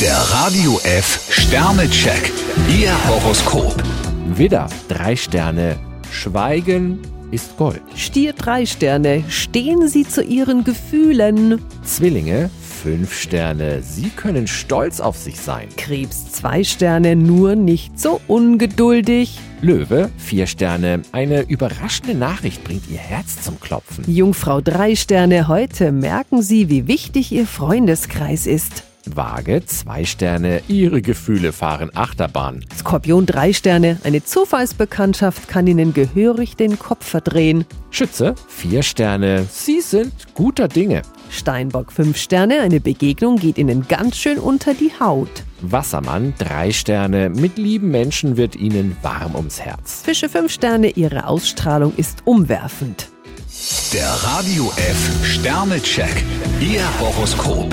Der Radio F Sternecheck. Ihr Horoskop. Widder, drei Sterne. Schweigen ist Gold. Stier drei Sterne, stehen Sie zu Ihren Gefühlen. Zwillinge, fünf Sterne. Sie können stolz auf sich sein. Krebs zwei Sterne, nur nicht so ungeduldig. Löwe, vier Sterne. Eine überraschende Nachricht bringt ihr Herz zum Klopfen. Jungfrau drei Sterne, heute merken Sie, wie wichtig Ihr Freundeskreis ist. Waage, zwei Sterne. Ihre Gefühle fahren Achterbahn. Skorpion drei Sterne, eine Zufallsbekanntschaft kann Ihnen gehörig den Kopf verdrehen. Schütze, vier Sterne. Sie sind guter Dinge. Steinbock fünf Sterne, eine Begegnung geht Ihnen ganz schön unter die Haut. Wassermann, drei Sterne. Mit lieben Menschen wird ihnen warm ums Herz. Fische fünf Sterne, Ihre Ausstrahlung ist umwerfend. Der Radio F Sternecheck. Ihr Horoskop.